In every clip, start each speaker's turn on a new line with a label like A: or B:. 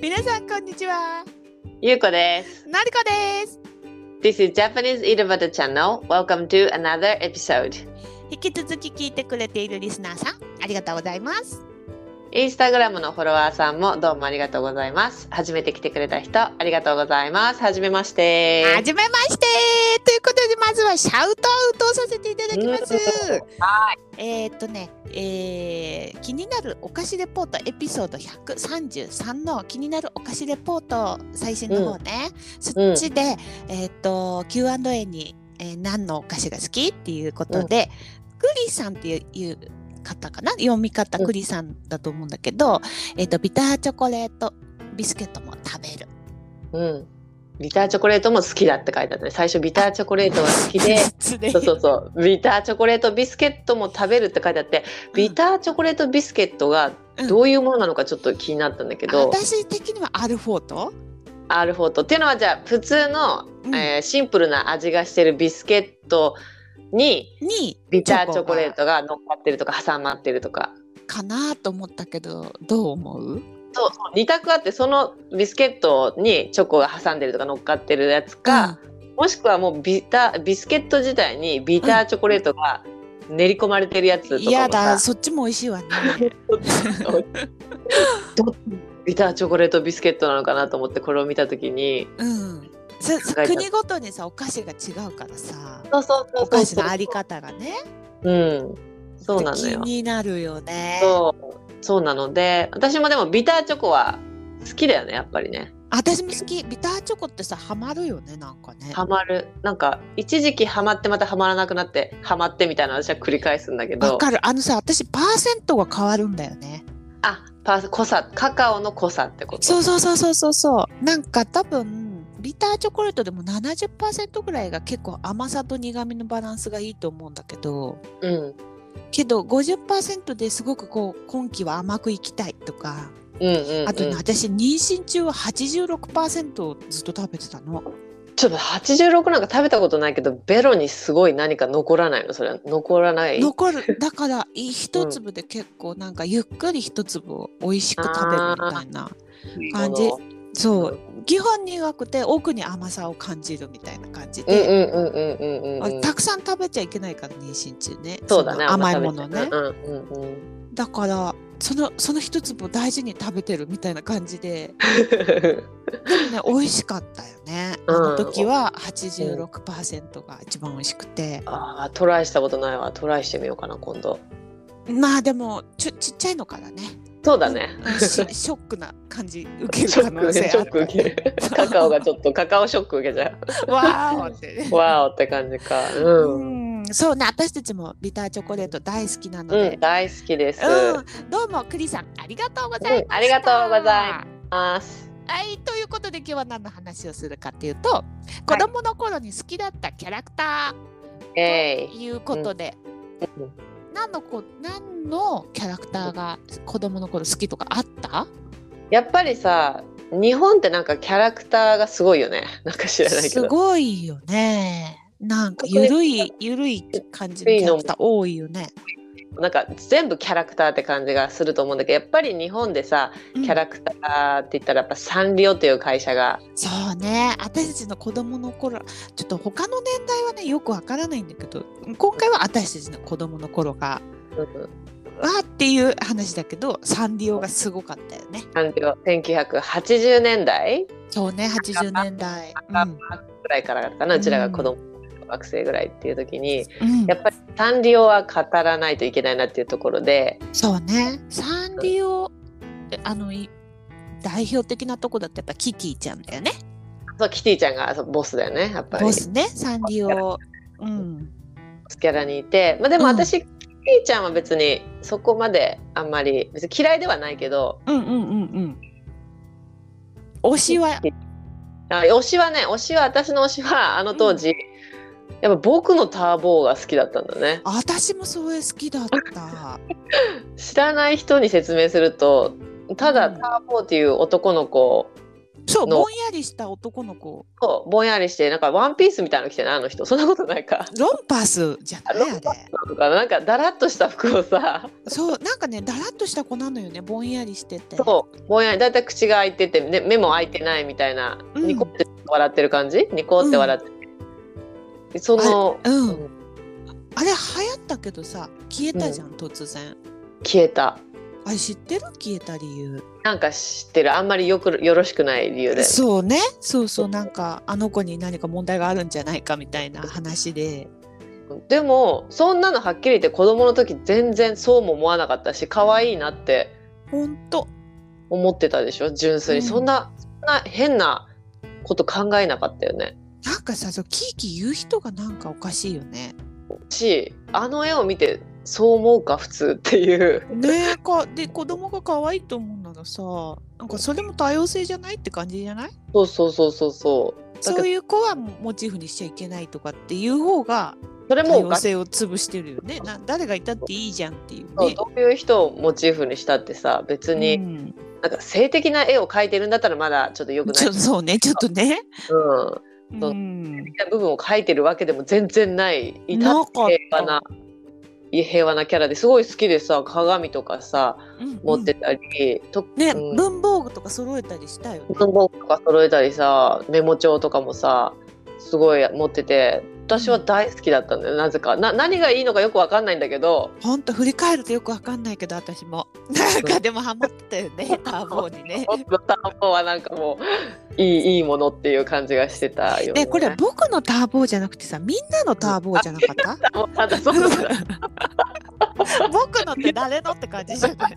A: 皆さんこんにちは。
B: ゆうこです。
A: のりこです。
B: This is Japanese Irobata Channel. Welcome to another episode.
A: 引き続き聞いてくれているリスナーさん、ありがとうございます。
B: インスタグラムのフォロワーさんもどうもありがとうございます。初めて来てくれた人、ありがとうございます。はじめまして。
A: はじめましてということで、まずはシャウトアウトをさせていただきます。えーっとね、えー気になるお菓子レポートエピソード133の気になるお菓子レポート最新の方ね、そっちで、えーっと Q&A に、えー何のお菓子が好きっていうことで、クリさんっていういう方かな読み方
B: うん
A: クリさんだと思うんだけど、えーっとビターチョコレートビスケットも食べる。。
B: うん。ビターチョコレートも好きだって書いてあったね。最初ビターチョコレートが好き で
A: 失礼
B: そうそうそう。ビターチョコレートビスケットも食べるって書いてあって、ビターチョコレートビスケットがどういうものなのかちょっと気になったんだけど、
A: 私的にはアルフォート、
B: アルフォートっていうのはじゃあ普通の、
A: うん
B: えーシンプルな味がしてるビスケットに
A: に
B: ビターチョコレートが乗っかってるとか挟まってるとか
A: かなと思ったけどどう思う
B: そうそう2択あってそのビスケットにチョコが挟んでるとか乗っかってるやつか、もしくはもうビタビスケット自体にビターチョコレートが練り込まれてるやつとか
A: 嫌
B: も
A: だ
B: さ
A: そっちも美味しいわ ね
B: どっちビターチョコレートビスケットなのかなと思ってこれを見た時に
A: うんそ
B: 考えた
A: 国ごとにさお菓子が違うからさ
B: そうそうそう
A: お菓子のあり方がね
B: うんそうなのよ
A: 気になるよね
B: そうそうなので私もでもビターチョコは好きだよねやっぱりね
A: 私も好きビターチョコってさハマるよねなんかね
B: ハマるなんか一時期ハマってまたハマらなくなってハマってみたいな私は繰り返すんだけ
A: わ
B: ど
A: かるあのさ私パーセントが変わるんだよね
B: あパー濃さカカオの濃さってこと
A: そうそうそうそうそうそうなんか多分ビターチョコレートでも70%ぐらいが結構甘さと苦味のバランスがいいと思うんだけど
B: うん
A: けど50%ですごくこう今期は甘くいきたいとか
B: うんうん、うん、
A: あとね、
B: ちょっ
A: 私妊娠中は86%をずっと食べてたの
B: と86なんか食べたことないけどベロにすごい何か残らないのそれは残らない
A: 残 るだからい一粒で結構なんかゆっくり一粒を美味しく食べるみたいな感じそう基本苦くて奥に甘さを感じるみたいな感じ
B: うん
A: で、
B: うんうんうんうんうんうん
A: たくさん食べちゃいけないから妊娠中ね
B: そうだね
A: の甘いもの
B: あ
A: ね
B: んま食べちゃううんうんうん
A: だからそのその一粒を大事に食べてるみたいな感じでね、美味しかったよね。あ
B: うん
A: の時は86%が一番美味しくて、
B: あートライしたことないわトライしてみようかな今度
A: まあでもちょちっちゃいのからね
B: そう だね
A: うんしショックな感じ受け
B: ショ
A: る可
B: ック
A: 能性
B: ねショ
A: あ
B: ック
A: る
B: 受ける カカオがちょっとカカオショック受けちゃ
A: わーおって ね。
B: うわーおって感じかう、
A: うんん、そうね私たちもビターチョコレート大好きなの
B: う
A: で
B: ん、、大好きです、
A: うん、どうもクリさんありがとうございました、
B: うんありがとうございまます
A: はい、ということで今日は何の話をするかっていうと子供の頃に好きだったキャラクター、
B: え
A: ということで、
B: うん
A: 何のこ何のキャラクターが子供の頃好きとかあった
B: やっぱりさ日本ってなんかキャラクターがすごいよねなんか知らないけ
A: す
B: ど
A: ごいよねなんかゆるいゆるい感じのキャラクター多いよね
B: なんか全部キャラクターって感じがすると思うんだけどやっぱり日本でさ
A: キ
B: キャラクターって言ったらやっぱサンリオという会社が
A: そうね私たちの子供の頃ちょっと他の年代はねよくわからないんだけど今回は私たちの子供の頃が
B: うん
A: わーっていう話だけどサンディオがすごかったよね
B: サンリオ1980年代
A: そうね80年代うん
B: ぐらいからかなうちらが子供、学生ぐらいっていう時に
A: うん
B: やっぱりサンリオは語らないといけないなっていうところで
A: そうね。サンリオ、えあの、い代表的なとこだってやっぱキティちゃんだよね。
B: そうキティちゃんがそうボスだよねやっぱり
A: ボスね、サンリオ。うん。
B: キャラにいて、まあ、でも
A: うん
B: 私、キティちゃんは別にそこまであんまり別に嫌いではないけど
A: うんうんうんうん。推しは、
B: あ推しはね推しは私の推しはあの当時、やっぱ僕のターボーが好きだったんだね
A: 私もそれ好きだった。
B: 知らない人に説明するとただ
A: うん
B: ターボーっていう男の子
A: そう
B: の
A: ぼんやりした男の子
B: そうぼんやりしてなんかワンピースみたいなの着てないあの人そんなことないか
A: ロンパースじゃないあれ
B: とかなんかだらっとした服をさ
A: そうなんかねだらっとした子なのよねぼんやりしてて
B: そうぼんやりだいたい口が開いてて、ね、目も開いてないみたいな、
A: うん
B: ニコって笑ってる感じニコって笑って、その
A: うん、
B: うん
A: あれ流行ったけどさ消えたじゃん、突然
B: 消えた
A: あれ知ってる消えた理由
B: なんか知ってるあんまりよくよろしくない理由で
A: そうねそうそうなんかあの子に何か問題があるんじゃないかみたいな話で
B: でもそんなのはっきり言って子供の時全然そうも思わなかったし可愛いなって
A: ほんと
B: 思ってたでしょ純粋に、
A: うん
B: そんなそんな変なこと考えなかったよね
A: なんかさそうキーキー言う人がなんかおかしいよね。
B: しあの絵を見てそう思うか普通っていう
A: ねえかで子供が可愛いと思うならさなんかそれも多様性じゃないって感じじゃない
B: そうそうそうそうそうだけ
A: そう
B: ど
A: いう子はモチーフにしちゃいけないとかっていう方が
B: それ
A: 多
B: もお
A: 様
B: かしい
A: 性を潰してるよねな誰がいたっていいじゃんっていう
B: そう
A: ね。
B: どういう人をモチーフにしたってさ別
A: う
B: に
A: ん
B: なんか性的な絵を描いてるんだったらまだちょっとよくない、
A: ち
B: う
A: ょそうねちょっとね。
B: ん、そう
A: うん
B: 部分を描いてるわけでも全然ない至
A: な
B: っ
A: かった
B: て平和ないや平和なキャラですごい好きでさ鏡とかさ
A: うん
B: 持ってたり、と
A: ね、
B: うん
A: 文房具とか揃えたりしたよね。
B: 文房具とか揃えたりさメモ帳とかもさすごい持ってて私は大好きだったんだよなぜかな何がいいのかよくわかんないんだけど
A: ほんと振り返るとよくわかんないけど私もなんかでもハマってたよ ねターボーにね。
B: 僕のター ボはなんかもういいいいものっていう感じがしてたよね。
A: ねこれ僕のターボーじゃなくてさみんなのターボーじゃなかった
B: もうただそうだ
A: 僕のって誰のって感じじゃない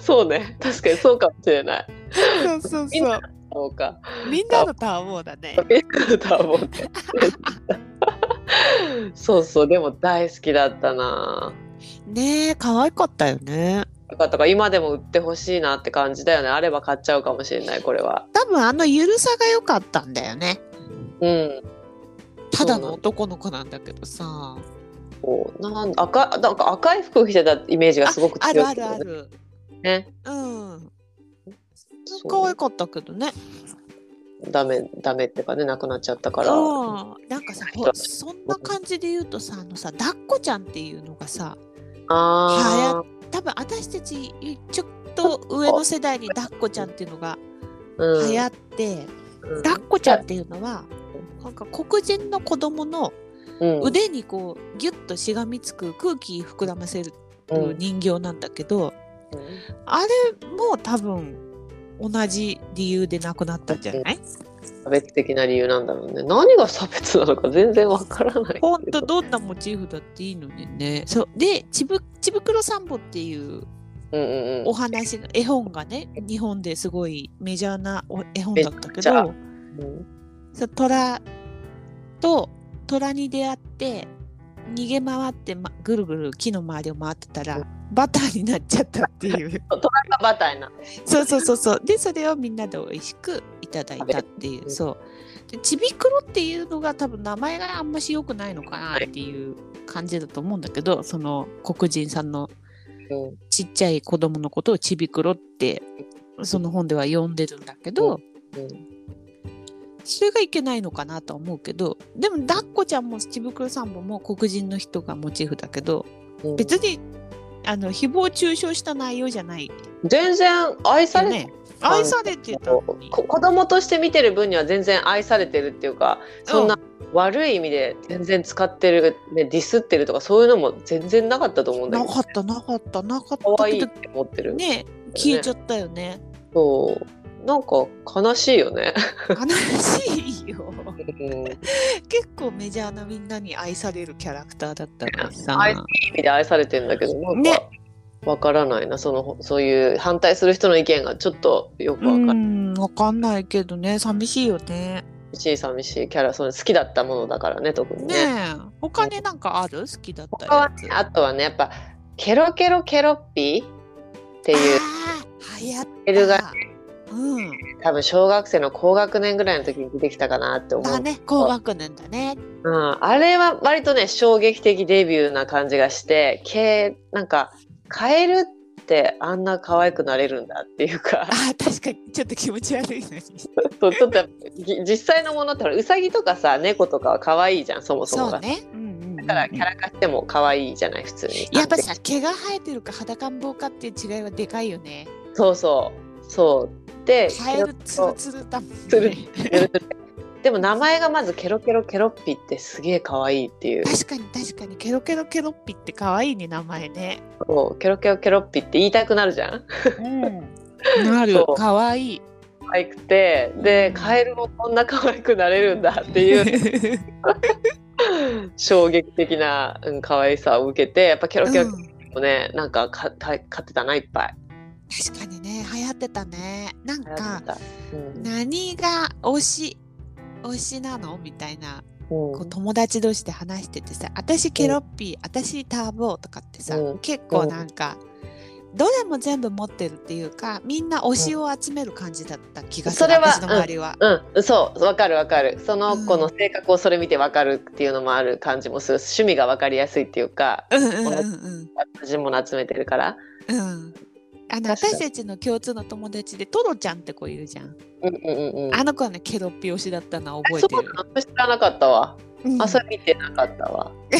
B: そうね確かにそうかもしれない。
A: そうそう
B: みん
A: そう
B: そうか
A: みんなのターボーだね。
B: ターボって。そうそうでも大好きだったな。
A: ねえ可愛かったよね。
B: よかったから今でも売ってほしいなって感じだよねあれば買っちゃうかもしれないこれは。
A: 多分あのゆるさが良かったんだよね。
B: うん
A: ただの男の子なんだけどさ。
B: こうなん赤なんか赤い服を着てたイメージがすごく
A: あ
B: 強
A: る
B: く
A: あ
B: て
A: るある。
B: ね
A: うん。
B: そう
A: 可愛かったけどね。
B: ダメダメってかねなくなっちゃったから、
A: うんなんかさほ
B: うん
A: そんな感じで言うとさあのさ抱っこちゃんっていうのがさ
B: あ
A: 多分私たちちょっと上の世代に抱っこちゃんっていうのが
B: あうん
A: 流行って、
B: うん
A: 抱っこちゃんっていうのはなんか黒人の子供の
B: うん
A: 腕にこうギュッとしがみつく空気膨らませる
B: うん
A: 人形なんだけど、あれも多分同じ理由でなくなったんじゃない、
B: 差別的な理由なんだろうね何が差別なのか全然わからないけど
A: ほんとどんなモチーフだっていいのにね。そうで「ちぶちぶくろさんぼ」っていう
B: うんうん
A: お話の絵本がね日本ですごいメジャーなお絵本だったけ
B: めちゃ
A: ど
B: うん
A: そう虎と虎に出会って逃げ回って、ま、ぐるぐる木の周りを回ってたらバターになっちゃったっていう
B: バターな
A: そうそうそうそうでそれをみんなで美味しくいただいたっていうそうでちびくろっていうのが多分名前があんまし良くないのかなっていう感じだと思うんだけどその黒人さんの
B: うん
A: ちっちゃい子供のことをちびくろってその本では呼んでるんだけど、
B: うん
A: それがいけないのかなとは思うけどでもだっこちゃんもちびくろさんももう黒人の人がモチーフだけど
B: うん
A: 別にあの誹謗中傷した内容じゃない
B: 全然愛さ
A: よ
B: れて
A: ね。愛されてたのに
B: こ子供として見てる分には全然愛されてるっていうかそんな悪い意味で全然使ってる、ね、ディスってるとかそういうのも全然なかったと思うんだ
A: な
B: けど
A: かったなかったなかっ
B: 可
A: た
B: 愛い
A: け
B: っ
A: ど
B: て思ってる、
A: ね消えちゃったよね。
B: そうなんか悲しい よね
A: 悲しいよ。
B: うんいい
A: 結構メジャーなみんなに愛されるキャラクターだったのにさ。
B: 愛さ意味で愛されてるんだけどなん
A: ね
B: かわからないなそのそういう反対する人の意見がちょっとよくわ
A: う
B: かんない
A: ん、わかんないけどね、寂しいよね。
B: し寂しいキャラその好きだったものだからね特に
A: ね
B: ね
A: え、他になんかある好きだった
B: 他は
A: や
B: ね
A: つ。
B: あとはねやっぱケロケロケロッピーっていう
A: あー流行った。
B: メールが
A: うん。
B: 多分小学生の高学年ぐらいの時に出てきたかなって思う、
A: だね、高学年だね。
B: うん、あれは割とね衝撃的デビューな感じがしてけなんかカエルってあんな可愛くなれるんだっていうか
A: あー確かにちょっと気持ち悪いのに
B: そう ちょっとやっぱぎ実際のものってほらウサギとかさ猫とかは可愛いじゃんそもそも
A: そう
B: が。
A: ね、うんうんうんうん
B: だからキャラ化しても可愛いじゃない普通に。
A: やっぱさ毛が生えてるか裸ん坊かっていう違いはでかいよね
B: そうそうそうで
A: 生えるツルツルだもんね
B: ツルでも名前がまずケロケロケロッピってすげえ可愛いっていう
A: 確かに確かにケロケロケロッピって可愛いね名前ね
B: そうケロケロケロッピって言いたくなるじゃん
A: うんなる
B: そう
A: 可愛い
B: 可愛くてでカエルもこんな可愛くなれるんだって いう衝撃的な、うん、可愛さを受けてやっぱケロケロ
A: う
B: ケロ
A: ん
B: ッピもね、なんかかた買ってたないっぱい
A: 確かにね流行ってたねなん
B: 流行っ
A: か
B: てたうん
A: 何が推し推しなのみたいな
B: うん
A: こう友達同士で話しててさ「私ケロッピー私ターボー」とかってさ、
B: うん
A: 結構なんか、どれも全部持ってるっていうかみんな推しを集める感じだった気がする、
B: それは
A: 私の周りは。
B: うん、そうわかるわかるその
A: うん
B: 子の性格をそれ見てわかるっていうのもある感じもする趣味がわかりやすいっていうか
A: うんうんうん
B: 同じもの集めてるから、
A: うんうんあの
B: 確かに
A: 私たちの共通の友達でトロちゃんって子いるじゃん。
B: うんうんうんうん、
A: あの子はねケロッピー推しだったのは覚え
B: そ
A: て
B: う
A: る。
B: なの知らなかったわ、
A: うん
B: あそれ見てなかったわ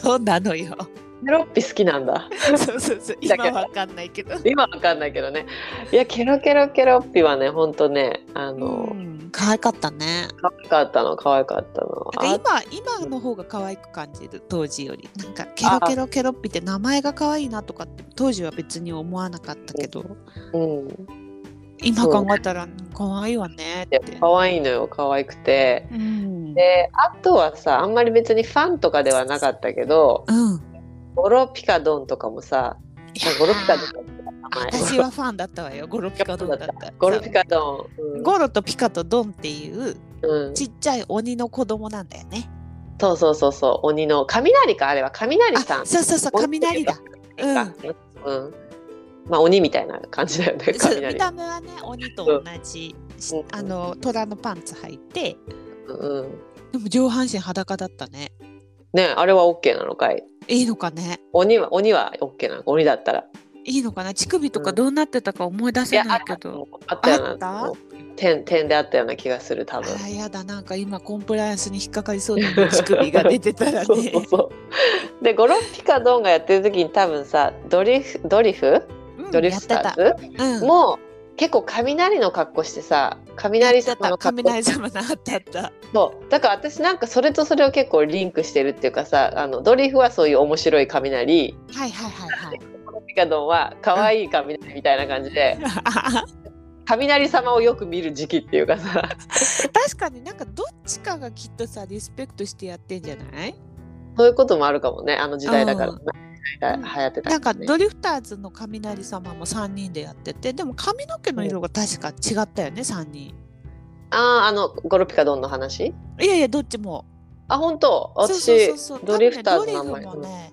A: そうなの よ。
B: ケロッピ好きなんだ
A: そうそうそう今
B: だけど
A: わかんないけど。
B: 今わかんないけどねいやケロケロケロッピはねほんとねあ
A: う
B: の、
A: ん可愛かったね。
B: 可愛かったの可愛かったの
A: なんか今今の方が可愛く感じる当時よりなんかケロケロケロッピって名前が可愛いなとかって当時は別に思わなかったけど
B: あうん
A: 今
B: そう
A: 考えたらうん可愛いわねって
B: で。可愛いのよ可愛くて
A: うん
B: であとはさあんまり別にファンとかではなかったけど
A: うん、
B: ゴロピカドンとかもさゴロピカド
A: い
B: ン
A: やー
B: だった名
A: 私
B: 前
A: はファンだったわよゴロピカドンだった
B: ゴロピカドン、
A: そううんゴロとピカとドンっていう
B: うん、
A: ちっちゃい鬼の子供なんだよね
B: そうそうそうそう鬼の雷かあれは雷
A: あ
B: さん
A: そうそうそう雷だ
B: うん。まあ鬼みたいな感じだよね。
A: そう見
B: 雷。
A: た目はね鬼と同じ、し
B: うん
A: あの虎のパンツ履いて
B: うん。
A: でも上半身裸だったね
B: ねあれはオッケーなのかい。
A: いいのかね
B: 鬼は鬼はオッケーなのか鬼だったら。
A: いいのかな乳首とか
B: うん
A: どうなってたか思い出
B: い
A: せ
B: や
A: な
B: あ
A: いけど、
B: あったよ
A: あ
B: う
A: った
B: な。点点であったような気がする多
A: あ
B: 分。
A: らやだなんか今コンプライアンスに引っかかりそうだな乳首が出てたらね
B: そうそうそう。でゴロピカドンがやってる時に多分さドリフドリフ
A: うん
B: ドリ
A: や
B: フ
A: っ
B: ス
A: て
B: タ
A: た、
B: ー
A: う
B: ズ、
A: ん、
B: もう結構雷の格好してさ雷
A: やって
B: 様
A: た
B: の格好
A: 雷様のあったあった
B: そうだから私なんかそれとそれを結構リンクしてるっていうかさあのドリフはそういう面白い雷
A: はいはいはいはい
B: ピカドンは可愛い雷みたいな感じで 雷様をよく見る時期っていうかさ
A: 確かになんかどっちかがきっとさリスペクトしてやってんじゃない
B: そういうこともあるかもねあの時代だから
A: うん
B: 時代が流行ってた
A: なんか
B: ね
A: ドリフターズの雷様も3人でやっててでも髪の毛の色が確か違ったよね3人
B: あーあのゴロピカドンの話
A: いやいやどっちも
B: あ本当
A: そうそう
B: 私
A: そうそう
B: ドリフターズの
A: 多
B: 名
A: 分ねドリ
B: 前
A: フもね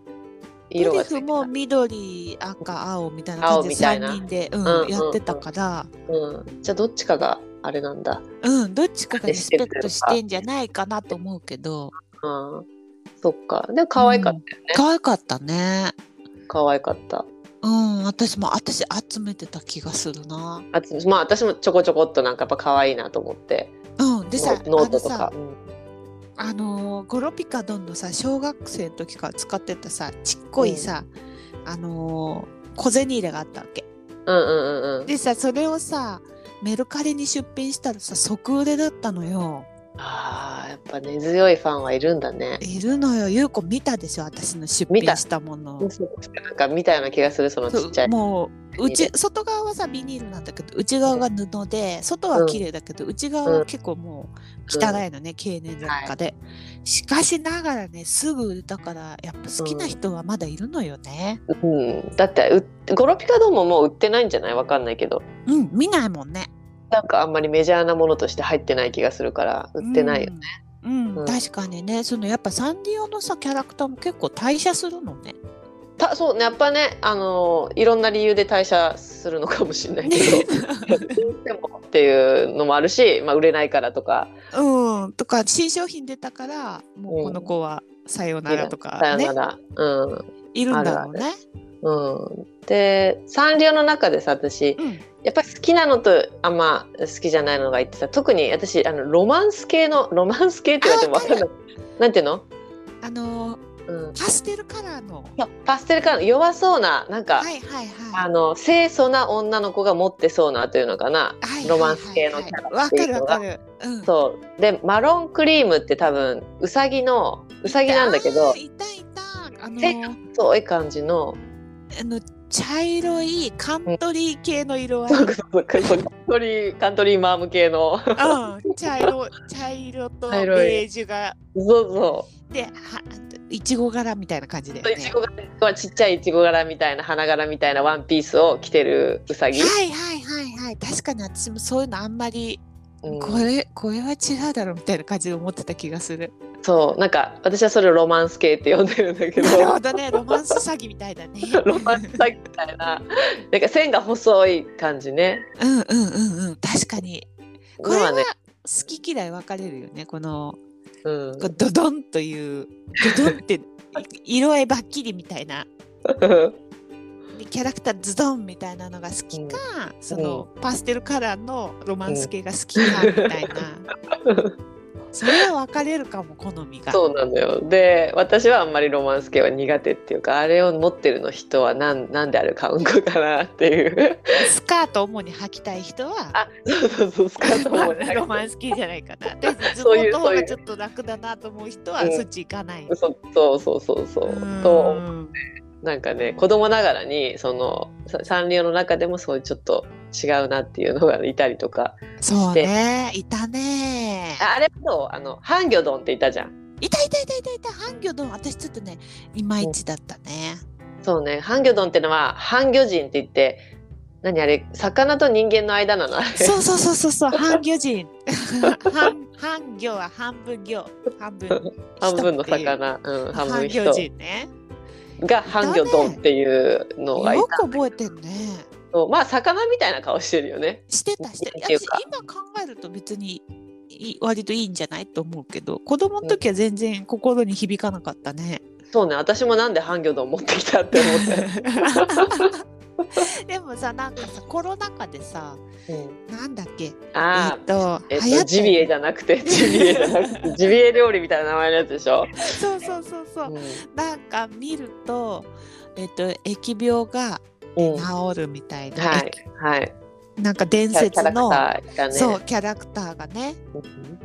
B: 色
A: ド
B: が
A: リ
B: ついて
A: フ
B: た
A: も緑赤青みたいな感じで
B: 青みたいな
A: 3人で、うん
B: うんうん
A: やってたから、
B: うん、じゃあどっちかがあれなんだ、
A: うん、どっちかがリスペクトしてんじゃないかなと思うけど
B: うん、そっかでも可愛かったよね、
A: 可愛かったね。
B: 可愛かった
A: うん、私も私集めてた気がするな。
B: あつまあ私もちょこちょこっとなんかやっぱ可愛いなと思って
A: うん、でさ、あ
B: ノノー
A: の
B: トと
A: さ
B: か、うん
A: あのーゴロピカドンのさ小学生の時から使ってたさちっこいさ、あのー小銭入れがあったわけ
B: うんうんうんうん
A: でさそれをさメルカリに出品したらさ即売れだったのよ
B: あーやっぱ根強いファンはいるんだね
A: いるのよゆうこ見たでしょ私の出
B: 見
A: 品
B: た
A: したもの
B: なんか見たような気がするそのち
A: そ
B: っちゃ
A: う
B: い
A: もううち外側はさビニールなんだけど内側が布で外は綺麗だけど、内側は結構もう汚いのね、経年劣化で、しかしながらねすぐ売れたからやっぱ好きな人はまだいるのよね
B: うん、だってうゴロピカドンももう売ってないんじゃないわかんないけど
A: うん、見ないもんね
B: なんかあんまりメジャーなものとして入ってない気がするから売ってないよ、
A: ねうん、
B: うん
A: 確かにねそのやっぱサンディオのさキャラクターも結構退社するの ね
B: たそうねやっぱねあのーいろんな理由で退社するのかもしれないけ どでもっていうのもあるし、まあ、売れないからとか
A: うんとか新商品出たからもうこの子はさようならとか
B: さよ
A: ね
B: なら、うん
A: いるんだろうね。
B: うん、でサンリオの中でさ私
A: うん
B: やっぱり好きなのとあんま好きじゃないのが言ってた特に私あのロマンス系のロマンス系って言われても分かんないなんていうの、
A: あのー
B: うん、
A: パステルカラーの。
B: パステルカラーの弱そうななんか、
A: はいはいは
B: あの清楚な女の子が持ってそうなというのかな、
A: いはい。
B: ロマンス系のキャラ
A: わ
B: って
A: か
B: いう
A: る
B: の
A: わ
B: が
A: かる。うん。
B: そうでマロンクリームって多分うさぎのうさぎなんだけど
A: あーいたいた。あの
B: え
A: ー
B: そういう感じの
A: あの茶色いカントリー系の色合い。
B: そうそうそうそうカントリーカントリーマーム系のそう
A: うん。茶色茶色とベ
B: 茶色い
A: ージュが
B: そ
A: ではイチゴ柄みたいな感じだ
B: うそう
A: よ
B: い
A: ね。
B: ちご柄ちっちゃいいちご柄みたいな花柄みたいなワンピースを着てるうさぎ、
A: はいはいはいはい確かに私もそういうのあんまり、
B: うん
A: これこれは違うだろうみたいな感じで思ってた気がする
B: そうなんか私はそれをロマンス系って呼んでるんだけど
A: なるほどねロマンス詐欺みたいだ ね
B: ロマンス詐欺みたいななんか線が細い感じね
A: うんうんうんうん確かにこれ
B: の
A: は
B: はね
A: 好き嫌い分かれるよねこの
B: うん
A: こうドドンというドドンって色合いばっきりみたいなでキャラクターズドンみたいなのが好きか、そのパステルカラーのロマンス系が好き かみたいな、それは分かれるかも好みが。
B: そうなのよで私はあんまりロマンス系は苦手っていうかあれを持ってるの人はなんなんであれ買うんかなっていう
A: スカートを主に履きたい人は
B: あそうそうそうスカートも ね
A: ロマンス系じゃないか な。でズボ
B: そうい
A: ン
B: う
A: の方
B: そうい
A: が
B: う
A: ちょっと楽だなと思う人は
B: うん
A: そっち行かない。
B: そうそうそうそうそう
A: うん
B: となんかね子供ながらにそのササンリオの中でもそういうちょっと違うなっていうのがいたりとか
A: そうね、いたね。
B: ああれもあのハンギョドンっていたじゃん
A: いたいたいたいたいた、ハンギョドン、私ちょっとね、いまいちだったね。
B: そうね、ハンギョドンってのは、ハンギョ人って言って、何あれ、魚と人間の間なのあれ。
A: そうそうそうそうそう、ハンギョ人。 ハン、ハンギョは半分ギョ、半分人っていう。
B: 半分の魚、うん、半
A: ハン
B: 分
A: ギョ
B: 人
A: 人ね。
B: がハンギョドンっていうのがい
A: よ
B: た
A: く覚えてんね。
B: と、まあ魚みたいな顔してるよね。
A: してたしてた
B: っていう
A: 私
B: か
A: 今考えると別にい割といいんじゃないと思うけど子供の時は全然心に響かなかったね。
B: そうね、私もなんでハンギョドン持ってきたって思ったよ
A: でもさなんかさコロナ禍でさなんだっけ
B: ああ、
A: と
B: え
A: 流行っ
B: っと、
A: たよ
B: ジビエじゃなくて、ジビエじゃなくて、ジビエ料理みたいな名前のやつでしょ。
A: そうそうそうそうなんか見るとえっと疫病が
B: うん、うん、
A: 治るみたいな、
B: はい、はい。
A: えなんか伝
B: キャキ
A: 説
B: ャラク
A: の、
B: ターがね。
A: そうキャラクターがね
B: うん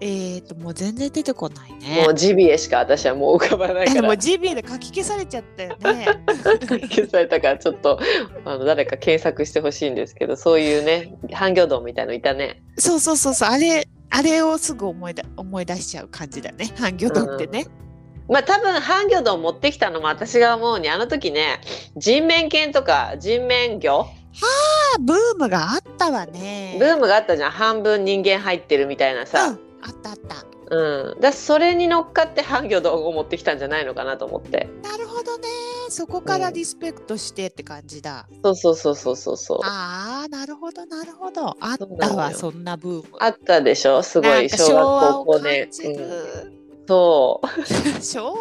A: えっともう全然出てこないね
B: もうジビエしか私はもう浮かばない
A: え
B: か
A: で
B: ら
A: も。ジビエで書き消されちゃったよ ね
B: 消されたからちょっとあの誰か検索してほしいんですけどそういうね半魚丼みたいのいたね
A: そうそうそうそうあれあれをすぐ思いだ思い出しちゃう感じだね半魚丼ってね、
B: まあ多分半魚丼持ってきたのも私が思うにあの時ね人面犬とか人面魚
A: あブームがあったわね
B: ブームがあったじゃん半分人間入ってるみたいな
A: う
B: さ
A: ん、あったあった
B: うん、だそれに乗っかって半魚丼を持ってきたんじゃないのかなと思って
A: なるほどねそこからリスペクトしてって感じだ、
B: そうそうそうそうそうそう
A: あーなるほどなるほどあっ
B: そうな
A: た
B: の
A: わ
B: よ
A: そんなブーム
B: あったでしょすご
A: なん
B: い
A: か
B: 小
A: 昭
B: 学
A: 和
B: 校
A: を
B: 5
A: 感
B: 年、
A: じる、
B: うんそう
A: 昭和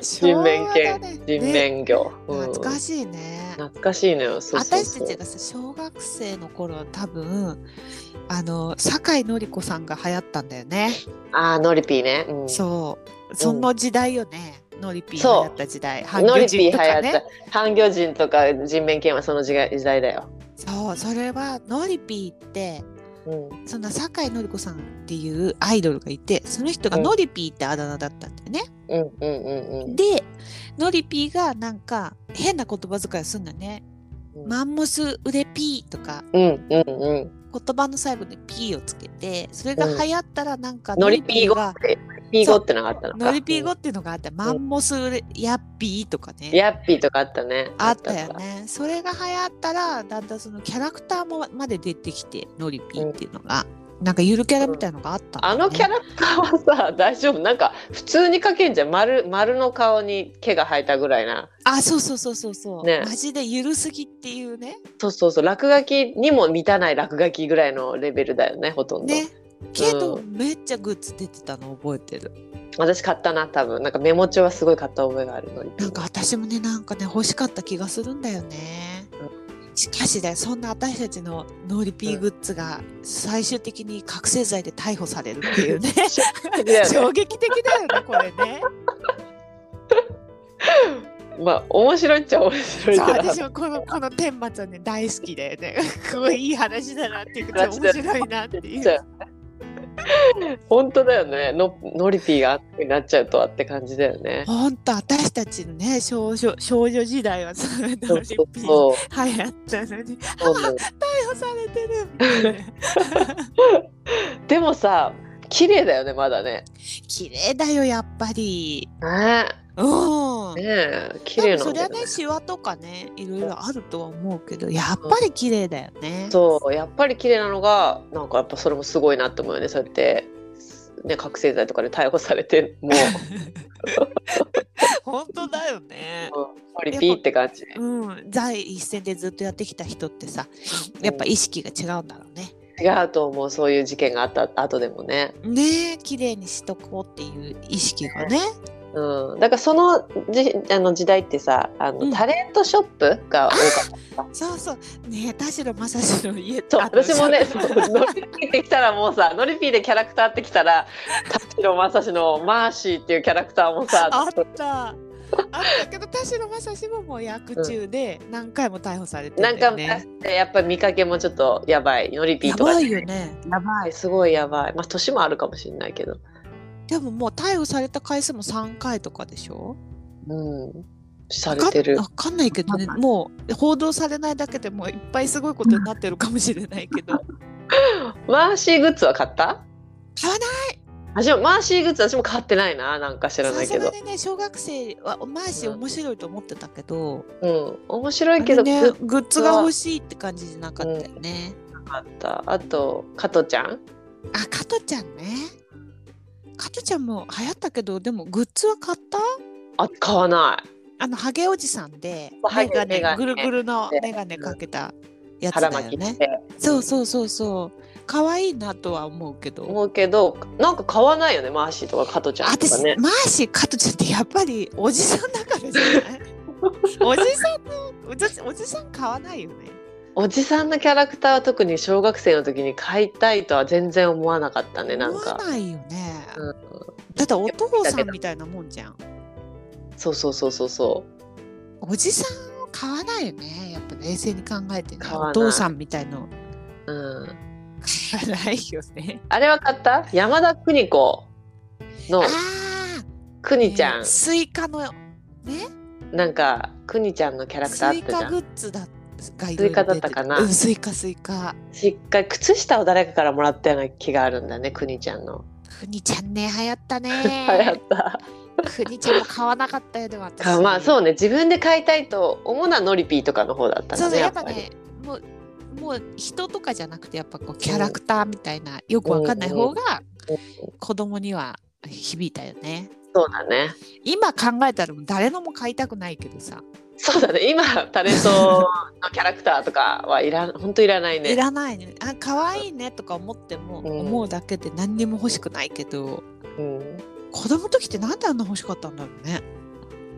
B: 人面
A: 昭和だ
B: 犬、
A: ね
B: 人
A: ね
B: 面魚、うん
A: 懐かしいね
B: 懐かしいのよそうそうそ
A: 私
B: う
A: たちがさ小学生の頃多分あの酒井紀子さんが流行ったんだよね、
B: あーノリピーね、うん、
A: そうその時代よね、ノリピー流
B: そう
A: 行った時代
B: ノリピー流行っ
A: ね
B: た半魚人とか人面犬はその時代時代だよ、
A: そうそれはノリピーって
B: うん、
A: その酒井紀子さんっていうアイドルがいてその人が
B: うん
A: ノリピーってあだ名だったんだよね、
B: うんうんうん
A: でノリピーがなんか変な言葉遣いすんだね、
B: うん
A: マンモス腕ピーとか
B: うんうんうんうん
A: 言葉の最後に P をつけてそれが流行ったらなんか
B: ノリピー語
A: が
B: ってピー語ってのがあったのか
A: ノリピー語っていうのがあってマンモスヤッピーとか
B: うん
A: ね
B: ヤッピーとかあったね
A: あったよねそれが流行ったらだんだんそのキャラクターもまで出てきてノリピーっていうのがなんかゆるキャラみたいのがあった
B: あ
A: んだよ
B: の
A: ね
B: キャラクターはさ大丈夫なんか普通に描けんじゃん丸丸の顔に毛が生えたぐらいな
A: あそうそうそうそうそう
B: ね
A: マジでゆるすぎっていうね
B: そうそうそう落書きにも満たない落書きぐらいのレベルだよねほとんど、
A: ねけど、
B: う
A: めっちゃグッズ出てたの覚えてる
B: 私買ったな多分なんかメモ帳はすごい買った覚えがあるのに
A: なんか私もねなんかね欲しかった気がするんだよね。しかしねそんな私たちのノーリピーグッズが最終的に覚醒剤で逮捕されるっていう ね
B: だよね
A: 衝撃的だよねこれ ね。
B: まあ面白いっちゃ面白い
A: そう
B: けど
A: 私もこのこの天末はね大好きでね すごいいい話だなっていうか
B: 話だ
A: 面白いなっていう。
B: そう本当だよねのノリピーがあってなっちゃうとはって感じだよね。
A: 本当私たちのね少女少女時代はそのノ
B: そ
A: ー
B: う
A: リピ
B: そう
A: ーグ
B: そう
A: 流行ったのに逮
B: そうなの
A: 捕されてるみたいなね。
B: でもさ綺麗だよねまだね。
A: 綺麗だよやっぱり。
B: ね
A: うん。
B: ねえ綺
A: 多
B: 麗
A: 分
B: な
A: そ
B: ん
A: り
B: だ
A: ゃ
B: よ
A: ねシワとかねいろいろあるとは思うけどやっぱり綺麗だよね。
B: そうやっぱり綺麗なのがなんかやっぱそれもすごいなって思うよねそうやって、ね、覚醒剤とかで逮捕されてもうやっ
A: 本当だよね。
B: ぱりピーって感じ
A: うん、在一線でずっとやってきた人ってさやっぱ意識が違うんだろうね。
B: 違うと思うそういう事件があった後でもね、
A: ねえ綺麗にしとこうっていう意識がね。
B: うん、だからそのじあの時代ってさあの、
A: うん
B: タレントショップが多かった
A: そうそうねえ田代正史の家
B: そう
A: あの
B: 私もねそうノリピーできたらもうさノリピーでキャラクターってきたら田代正史のマーシーっていうキャラクターもさ
A: あった。あったけど田代正史ももう役中で何回も逮捕されてんだ
B: なんか
A: よね。
B: やっぱ見かけもちょっとやばいノリピー
A: や
B: とか
A: ば
B: ね
A: いよね。
B: やばいすごいやばいまあ年もあるかもしれないけど
A: でももう逮捕された回数も3回とかでしょ
B: うんされてる
A: わかんわかんないけどね
B: わか
A: もう報道されないだけでもういっぱいすごいことになってるかもしれないけど
B: マーシーグッズは買った
A: 買わ
B: 私もマーシーグッズ私も買ってないななんか知ら
A: な
B: ないい
A: さす
B: け
A: が
B: ど
A: にね小学生はマーシー面白いと思ってたけど、
B: うん面白いけ
A: あ
B: ど
A: れ
B: グ
A: ね
B: ッズ
A: グッズが欲しいって感じじゃなかったよね、
B: あったあと加トちゃん
A: あ加トちゃんね加トちゃんも流行ったけどでもグッズは買った
B: あ買わな
A: あのハゲおじさんで
B: ハ
A: メ
B: ゲ
A: ガネ
B: メガネ
A: ぐるぐるのメガネかけた
B: い
A: やつだ
B: 腹
A: よ
B: 巻き
A: ね
B: って
A: そうそうそうそう可愛いなとは思うけど
B: 思うけどなんか買わないよねマーシーとか加トちゃんとか
A: 私
B: ね
A: マーシー加トちゃんってやっぱりおじさんだからじゃない おじさんのおじおじさん買わないよね
B: おじさんのキャラクターは特に小学生の時に買いたいとは全然思わなかったねなん
A: 思わ
B: か、
A: ないよね、
B: うん、
A: だってお父さんみたいなもんじゃん
B: そうそうそうそうそう
A: おじさんを買わないよねやっぱ冷静に考えてね
B: 買わない
A: お父さんみたいの
B: うん、
A: 買わないよね
B: あれは買った山田邦子の
A: あ
B: 邦
A: ー
B: ちゃん、
A: スイカのね
B: なんか邦ちゃんのキャラクタ
A: ス
B: ーあ
A: イ
B: ったじ
A: カ
B: ゃ
A: グ
B: ん
A: ッズだがいろいろ
B: スイカだ
A: 出
B: ってた
A: る
B: かな
A: うん、スイカスイカ
B: しっかり靴下を誰かからもらったような気があるんだね邦ちゃんの
A: くにちゃんね流行った
B: 流行
A: ね
B: った
A: くにちゃんも買わなかったよでも私
B: かまあそうね自分で買いたいと主なノリピーとかの方だった
A: そ
B: の
A: うそう
B: ね
A: や
B: や
A: っ
B: っ
A: ぱ
B: ぱり
A: ねもうもう人とかじゃなくてやっぱこうキャラクターみたいなよくわかんない方が
B: うん
A: 子供には響いたよね。
B: そうだね
A: 今考えたら誰のも買いたくないけどさ、
B: そうだね今タレントのキャラクターとかはいらん本当いらない
A: い
B: ね
A: らないねあ可愛いねとか思っても、
B: うん
A: 思うだけで何にも欲しくないけど
B: うん
A: 子供の時ってなんであんな欲しかったんだろうね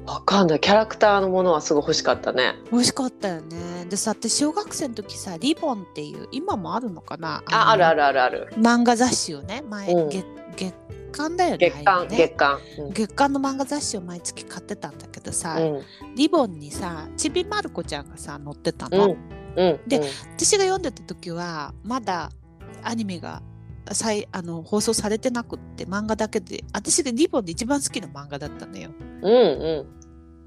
B: わかんないキャラクターのものはすごい欲しかったね
A: 欲しかったよねでさ私小学生の時さリボンっていう今もあるのかな
B: ああるあ
A: る
B: るあるある
A: 漫画雑誌をね前、
B: うん
A: 月月刊だよね
B: 月
A: あれ
B: 刊
A: ね
B: 月刊
A: 月刊の漫画雑誌を毎月買ってたんだけどさ、
B: うんうん
A: リボンにさちびまる子ちゃんがさ載ってた
B: う
A: の、
B: んうん
A: で私が読んでた時はまだアニメが再あの放送されてなくって漫画だけで私がリボンで一番好きな漫画だったのよ
B: うんう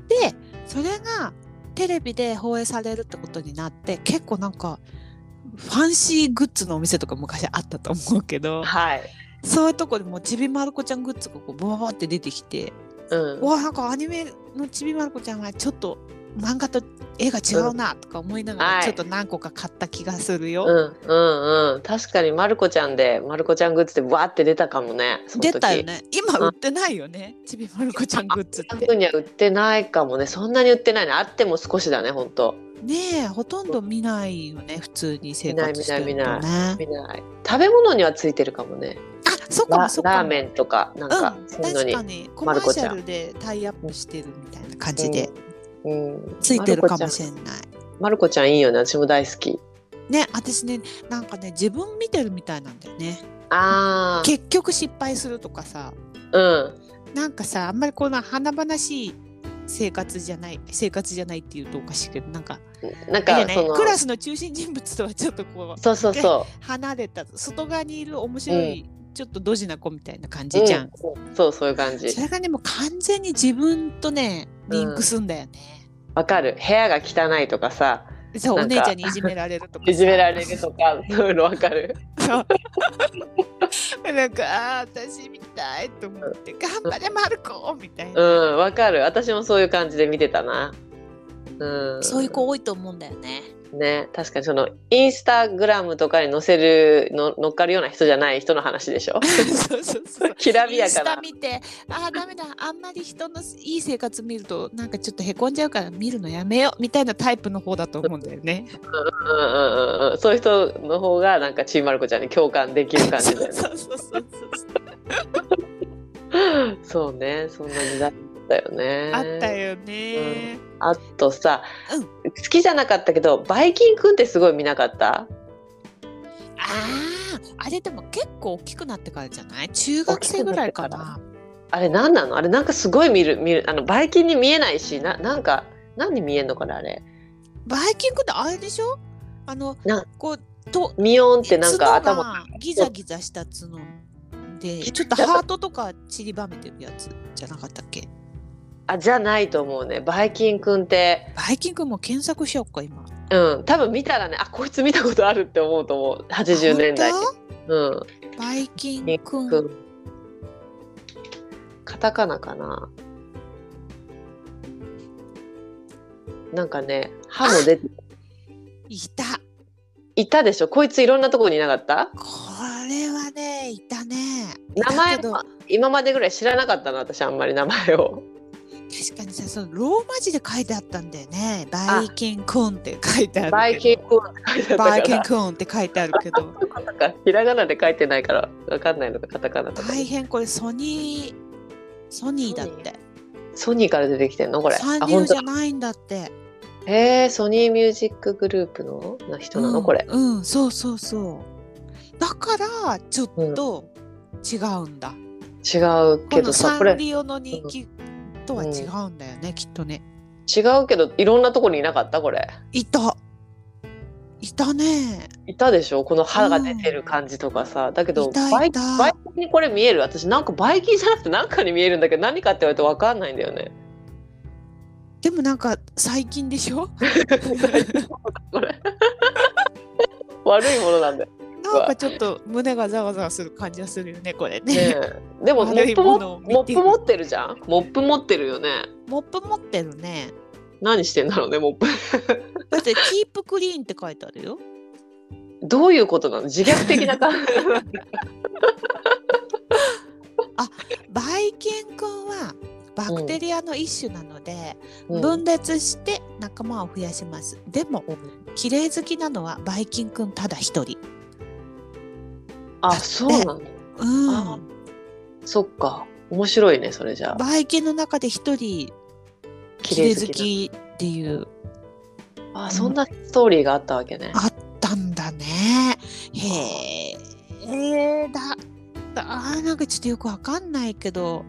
B: ん
A: でそれがテレビで放映されるってことになって結構なんかファンシーグッズのお店とか昔あったと思うけど
B: はい。
A: そういうとこでもうちびまる子ちゃんグッズがこうボワボワって出てきて
B: うん。
A: わあなんかアニメのちびまる子ちゃんはちょっと漫画と絵が違うなとか思いなが
B: は
A: ら
B: い
A: ちょっと何個か買った気がするよ。
B: うんうんうん、確かにまる子ちゃんでまる子ちゃんグッズでわーって出たかもねその時
A: 出たよね今売ってないよね、ちびまる子ちゃんグッズ
B: あ
A: っ
B: ん
A: て
B: な。風には売ってないかもねそんなに売ってないねあっても少しだねほんと
A: ねえほとんど見ないよね普通に生活してるとね
B: 見ない見見ない食べ物にはついてるかもね
A: あそっかも
B: ラ
A: そっかも
B: ラーメンとかなんか、
A: うん、
B: そういうの
A: 確
B: に
A: かにコマ
B: まる
A: ー
B: こ
A: シ
B: ちゃん
A: ャルでタイアップしてるみたいな感じで、
B: うん
A: ついてるかもし
B: れ
A: れない
B: ないまるこちゃんいいよね私も大好き
A: ね私ねなんかね自分見てるみたいなんだよね
B: あー
A: 結局失敗するとかさ
B: うん
A: なんかさあんまりこの華々しい生活じゃない生活じゃないっていうとおかしいけどなんかあ
B: なん
A: れ
B: か
A: だ
B: そ
A: よね
B: の
A: クラスの中心人物とはちょっとこう
B: そうそうそ
A: 離れた外側にいる面白い、ちょっとドジな子みたいな感じ
B: う
A: じゃん、
B: うんそうそういう感じ
A: それがねもう完全に自分とねリンクすんだよね、
B: わかる部屋が汚いとかさ
A: そうお
B: なんか
A: 姉ちゃんにいじめられるとかさ
B: いじめられるとかそういうのわかる
A: そう なんかあー私みたいと思って「頑張れマルコ!」みたいな、
B: うんわかる私もそういう感じで見てたなうん
A: そういう子多いと思うんだよ ね。
B: ね確かにそのインスタグラムとかに載せるの乗っかるような人じゃない人の話で しょ
A: そうそうそう
B: きらびや
A: イ
B: か
A: ンスタ
B: な
A: 見てあーダメだあんまり人のいい生活見るとなんかちょっとへこんじゃうから見るのやめようみたいなタイプの方だと思うんだよね。
B: うんうんうんうんそういう人の方がなんかちーまる子ちゃんに共感できる感じだよね
A: そうそうそうそう
B: そうねそんな時代だったよね
A: あったよね。
B: あとさ、
A: うん
B: 好きじゃなかったけどバイキンくんってすごい見なかった
A: あああれでも結構大きくなってからじゃない中学生ぐらいかな。
B: あれ何なのあれなんかすごい見る見るあのバイキンに見えないしななんか何に見えんのかなあれ
A: バイキングってあれでしょあの
B: な
A: こうと
B: ミヨンってなんか
A: 角
B: 頭
A: がギザギザした角でちょっとハートとか散りばめてるやつじゃなかったっけ
B: あじゃないと思うねバイキンくんって
A: バイキングも検索しよっか今
B: うん、多分見たらね、あ、こいつ見たことあるって思うと思う。80年代に。
A: 本
B: うん。
A: 当バイキン
B: ニ
A: くん
B: ックカタカナかな。なんかね、歯も出て、
A: いた
B: いたでしょ。こいついろんなところにいなかった
A: これはねいたね
B: 名前
A: いたけど
B: は今までぐらい知らなかったな、私あんまり名前を。
A: 確かにさそのローマ字で書いてあったんだよねバイキンくんって書いてあるけど
B: バイキンコーンって書いてあ
A: バ
B: っ
A: イ
B: た
A: キン
B: か
A: くんって書いてあるけど
B: ら、なんかひらがなで書いてないから、わかんないのか、カタカナとか。
A: 大変これソニーソニーだって
B: ソニーから出てきてんのこれ。
A: サン
B: あ、
A: リオ
B: 本
A: じ
B: 当
A: ゃ。ないんだって
B: へえ、ソニーミュージックグループのな人なの、これ。
A: うん、うんそうそうそうだからちょっと違うんだ、
B: 違う
A: こ
B: け
A: の
B: ど
A: サ
B: さこ
A: ン
B: れ
A: リオの人気とは違うんだよね、きっとね
B: 違うけどいろんなとこにいなかったこれ
A: いたいたね
B: いたでしょこの歯が出てる感じとかさ、だけど
A: いた
B: バイ
A: いた
B: バイキンにこれ見える私なんかバイキンじゃなくて何かに見えるんだけど何かって言われて分かんないんだよね
A: でもなんか最近でしょ
B: これ悪いもの なんだよ
A: なんかちょっと胸がざわざわする感じがするよねこれね
B: ねえでもモ
A: 悪い
B: ップ
A: も
B: も
A: のを見
B: モ
A: て
B: ッ
A: る
B: プ持ってるじゃんモップ持ってるよね
A: モップ持ってるね
B: 何してんだろうねモップ
A: だって「キープクリーン」って書いてあるよ
B: どういうことなの自虐的な感 じ
A: バイキン君はバクテリアの一種なので、
B: うん
A: 分裂して仲間を増やします。でも、綺麗好きなのはバイキンくんただ一人。
B: あそうなんだ
A: う
B: あ
A: ん。
B: そっか面白いねそれじゃあ
A: バイキンの中で一人綺麗好きっていう
B: あそんなストーリーがあったわけね。
A: あったんだね。へえ。へえだ。あーなんかちょっとよくわかんないけど、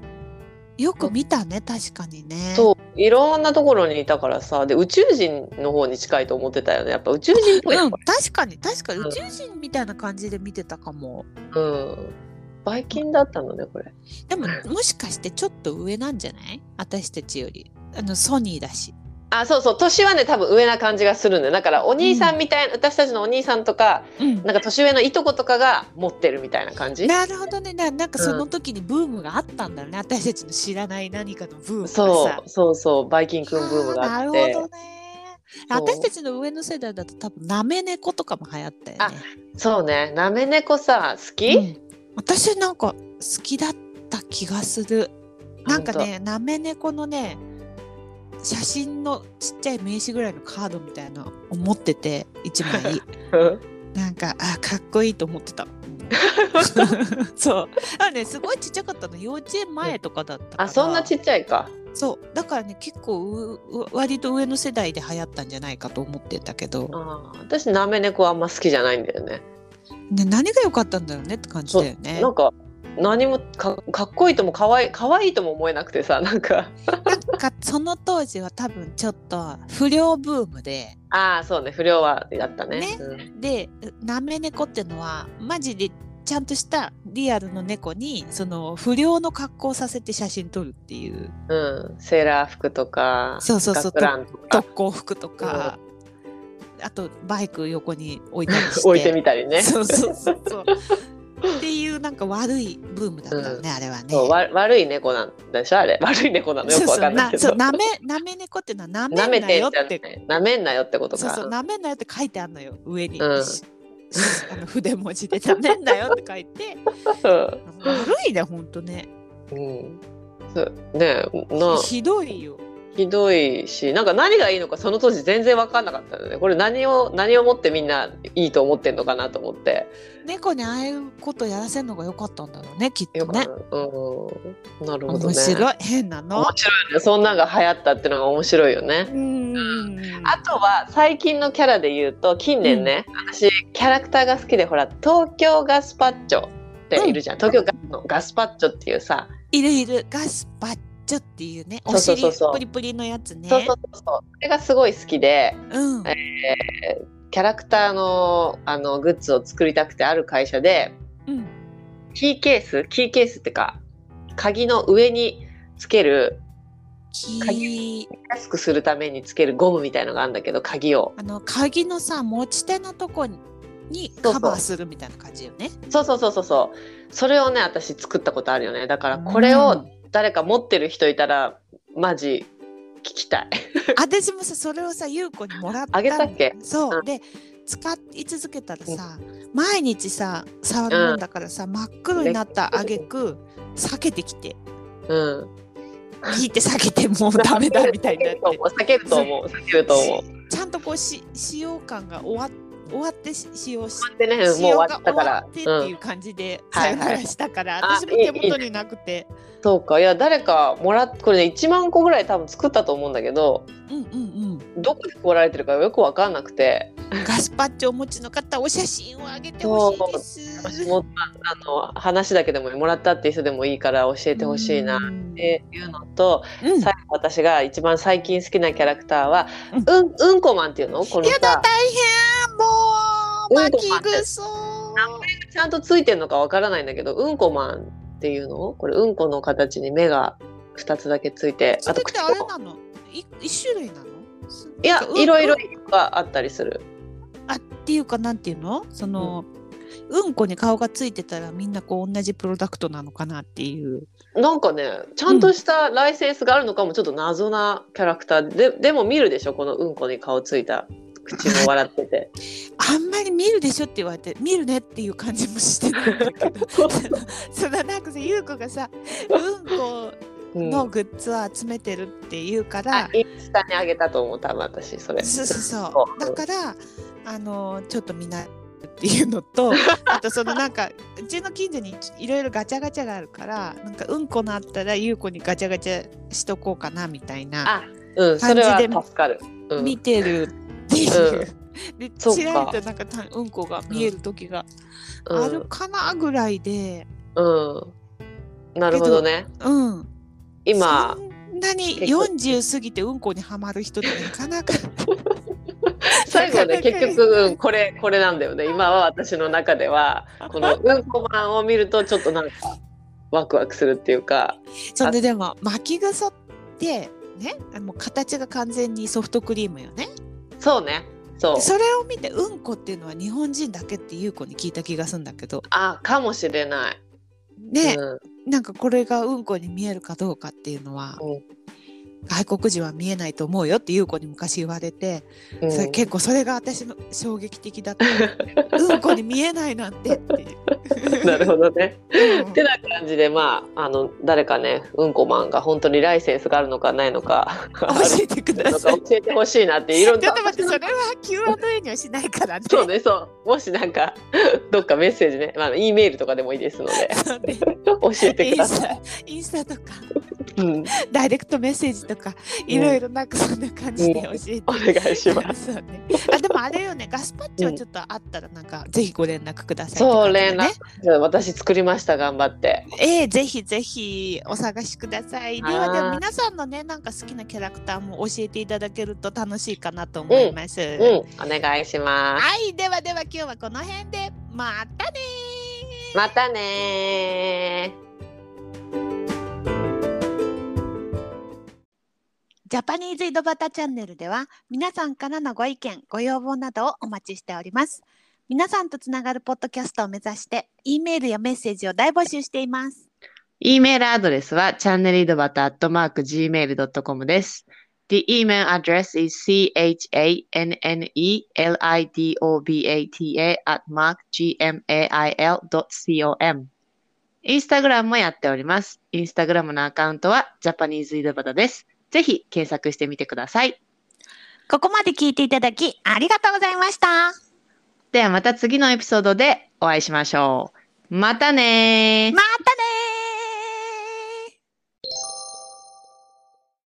A: よく見たね確かにね。
B: そういろんなところにいたからさで宇宙人の方に近いと思ってたよねやっぱ宇宙人っぽい、
A: うん、
B: う
A: 確かに確かに
B: うん
A: 宇宙人みたいな感じで見てたかも、
B: んバイキンだったのねこれ
A: でももしかしてちょっと上なんじゃない私たちよりあのソニーだし
B: あそうそう年はね多分上な感じがするんだよだからお兄さんみたいな、私たちのお兄さんとか
A: うん
B: なんか年上のいとことかが持ってるみたいな感じ
A: なるほどねななんか
B: うん
A: その時にブームがあったんだね、私たちの知らない何かのブームがさ
B: そうそうそうバイキンくんブームがあっ
A: ーなる
B: て
A: ほどね
B: そう
A: 私たちの上の世代だと多分なめ猫とかも流行ったよね
B: あそうねなめ猫さ好き、
A: うん私なんか好きだった気がするなんかねなめ猫のね写真のちっちゃい名刺ぐらいのカードみたいなのを持ってて一 枚なんかあかっこいいと思ってた そうあねすごいちっちゃかったの幼稚園前とかだったから
B: あそんなちっちゃいか
A: そうだからね結構うう割と上の世代で流行ったんじゃないかと思ってたけど、
B: あー私なめ猫あんま好きじゃないんだよね
A: ね、何が良かったんだろうねって感じだよね
B: なんか何もかかっこいいともかわいかわいいとも思えなくてさなんか
A: なんかその当時は多分ちょっと不良ブームで
B: ああそうね不良はやったね
A: ね
B: うん
A: でなめ猫ってのはマジでちゃんとしたリアルの猫にその不良の格好をさせて写真撮るっていう
B: うん、セーラー服とか
A: そうそうそう
B: スカットランとか
A: 特攻服とか、あとバイク横に置いたりして
B: 置いてみたりね
A: そうそうそうそうっていうなんか悪いブームだったよね、あれはね。
B: そうわ悪い猫なんでしょあれ悪い猫なのよ
A: そう
B: くわ
A: そ
B: か
A: うん
B: ない
A: な
B: け
A: そ
B: ど
A: う なめなめ猫ってのはなめ
B: 舐め
A: んな
B: て
A: よ
B: ん
A: っ
B: じゃ
A: て
B: なめんなよってこと
A: そう
B: か
A: そう、なめんなよって書いてあるのよ、上に。
B: うん
A: し あの筆文字で、なめんなよって書いて。悪いね、ほんとね。
B: うんそうねえな
A: ひどいよ。
B: ひどいしなんか何がいいのかその当時全然分かんなかったのねこれ何を何をもってみんないいと思ってんのかなと思って
A: 猫にああいうことやらせるのが良かったんだろうね、きっと
B: よくな,、
A: ね。
B: うん、なるほど
A: 面
B: ね
A: 白い、変なの
B: 面。白いねそんなんが流行ったっていうのが面白いよね
A: うーん。
B: あとは最近のキャラで言うと近年ね、私キャラクターが好きでほら東京ガスパッチョっているじゃん、東京ガスのガスパッチョっていうさ、
A: いるいる、ガスパッチョっていうね、
B: そ
A: お
B: うそう
A: 尻
B: そうそう
A: プリプリのやつね。
B: そうそうそうそうそれがすごい好きで
A: うん。
B: えキャラクターのあのグッズを作りたくてある会社で
A: うん。
B: キーケースキーケースってか鍵の上につける
A: き
B: 安くするためにつけるゴムみたいのがあるんだけど鍵を
A: あの鍵のさ持ち手のとこにに
B: そう
A: カバーするみたいな感じよ ね。
B: そうそうそうそうそうそれをね私作ったことあるよねだからこれを、
A: うん
B: 誰か持ってる人いたらマジ聞きたい
A: 私もさそれをさ優子にもらった
B: あげたっけ
A: そう、
B: う
A: で使い続けたらさ毎日さ触るもんだからさ、真っ黒になったあげく避けてきて
B: うん
A: 引いて避け てもうダメだみたいになっ
B: 避
A: て
B: けると思う避けると思う避けると思う
A: ちゃんとこうし使用感が終わ終わってし使用し
B: で ねもう
A: 使
B: 終
A: 用
B: わ
A: が
B: っ
A: 終
B: たか
A: わ
B: ら
A: ってっ
B: う
A: てい
B: ん
A: う感じでさ
B: はい
A: よ
B: はい
A: ならしたから、
B: あ
A: 私も手
B: いいいい
A: 元になくて
B: そうかいや誰かもらっこれね1万個ぐらい多分作ったと思うんだけど
A: うんうんうん
B: どこで配られてるかよく分かんなくて
A: ガスパッチョをお持ちの方、お写真をあげてほしいです。
B: 私もあの話だけでももらったっていう人でもいいから教えてほしいなっ
A: うん
B: ていうのと
A: うん
B: 最後私が一番最近好きなキャラクターは
A: うん
B: うんうんこマンっていうのこの
A: やだ、
B: さ
A: 大変、もう、
B: うんこ
A: 巻きぐそ。
B: ちゃんとついてるのかわからないんだけど、うんこマンっていうのこれ、うんこの形に目が2つだけついて、
A: それってあれ
B: 口も
A: なの、い一種類なの。
B: いや
A: う、ん
B: いろいろ
A: うん
B: があったりする。
A: あ、っていうか、なんていうの、その。うんこに顔がついてたらみんなこう同じプロダクトなのかなっていう
B: なんかね、ちゃんとしたライセンスがあるのかも、ちょっと謎なキャラクターで、でも見るでしょ、このうんこに顔ついた口も笑っ てて。
A: あんまり見るでしょって言われて見るねっていう感じもしてないんだけ どそのなんかさ優子がさうんこ
B: うん、
A: のグッズを集めてるっていうから
B: あ、インスタにあげたと思う、多分私、それ。
A: そうそうそうだからあのちょっとみんなっていうの とあとそのなんかうちの近所にいろいろガチャガチャがあるからなんかうんこのあったら優子にガチャガチャしとこうかなみたいな
B: あ、うん、それは
A: 感じで
B: 助かる。うん
A: 見てるっていう。で
B: そうか
A: ちらりとなんかたうんこが見える時が
B: うん
A: あるかなぐらいで、
B: うん。なるほどね。
A: うん、
B: 今
A: そ、んなに
B: 結構
A: 40過ぎてうんこにはまる人ってなかなか
B: 最後ね
A: なかな
B: 結
A: か
B: 局、うんこれこれなんだよね今は私の中ではこのうんこマンを見るとちょっとなんかワクワクするっていうか
A: そんででも巻きぐそってねあの形が完全にソフトクリームよね
B: そうねそう
A: でそれを見てうんこっていうのは日本人だけって優子に聞いた気がするんだけど
B: あかもしれない、
A: ね、
B: うん
A: なんかこれがうんこに見えるかどうかっていうのは、
B: うん
A: 外国人は見えないと思うよって優子に昔言われて、
B: うん
A: それ結構それが私の衝撃的だったうんこに見えないなんてっていう。
B: なるほどね。
A: うん
B: ってな感じでまああの誰かねうんこマンが本当にライセンスがあるのかない のか
A: 教えてくだ
B: なん
A: さ
B: か
A: い。
B: 教えてほしいなってい
A: ちょ
B: ろ
A: っ
B: んな
A: と待って、それは Q&A にはしないからね。
B: そうねそうもしなんか どっかメッセージねまあ E メールとかでもいいですの で
A: そうね
B: 教えて
A: イ
B: く
A: ン
B: だ
A: ス
B: さい。
A: タインスタとか
B: うん、
A: ダイレクトメッセージとか
B: ん
A: いろいろなんかそんな感じで教えて
B: お願いします。
A: そうね、あでもあれよねガスパッチョはちょっとあったらなんか、ぜひご連絡くださいって感
B: そう
A: じで
B: 連
A: ね、
B: 絡私作りました頑張って。
A: ええぜひぜひお探しくださいで
B: は
A: は
B: ーい
A: でも皆さんのねなんか好きなキャラクターも教えていただけると楽しいかなと思います、
B: うんお願いします。
A: はいではでは今日はこの辺でまたねー
B: またね
A: ジャパニーズ井戸端チャンネルでは皆さんからのご意見ご要望などをお待ちしております皆さんとつながるポッドキャストを目指して E メールやメッセージを大募集しています
B: E メールアドレスは channelidobata.gmail.com です。The email address is chanelidobata at mark gmail.com インスタグラムもやっております。インスタグラムのアカウントはジャパニーズイドバタです。ぜひ検索してみてください。
A: ここまで聞いていただきありがとうございました
B: ではまた次のエピソードでお会いしましょう。またねー。
A: またね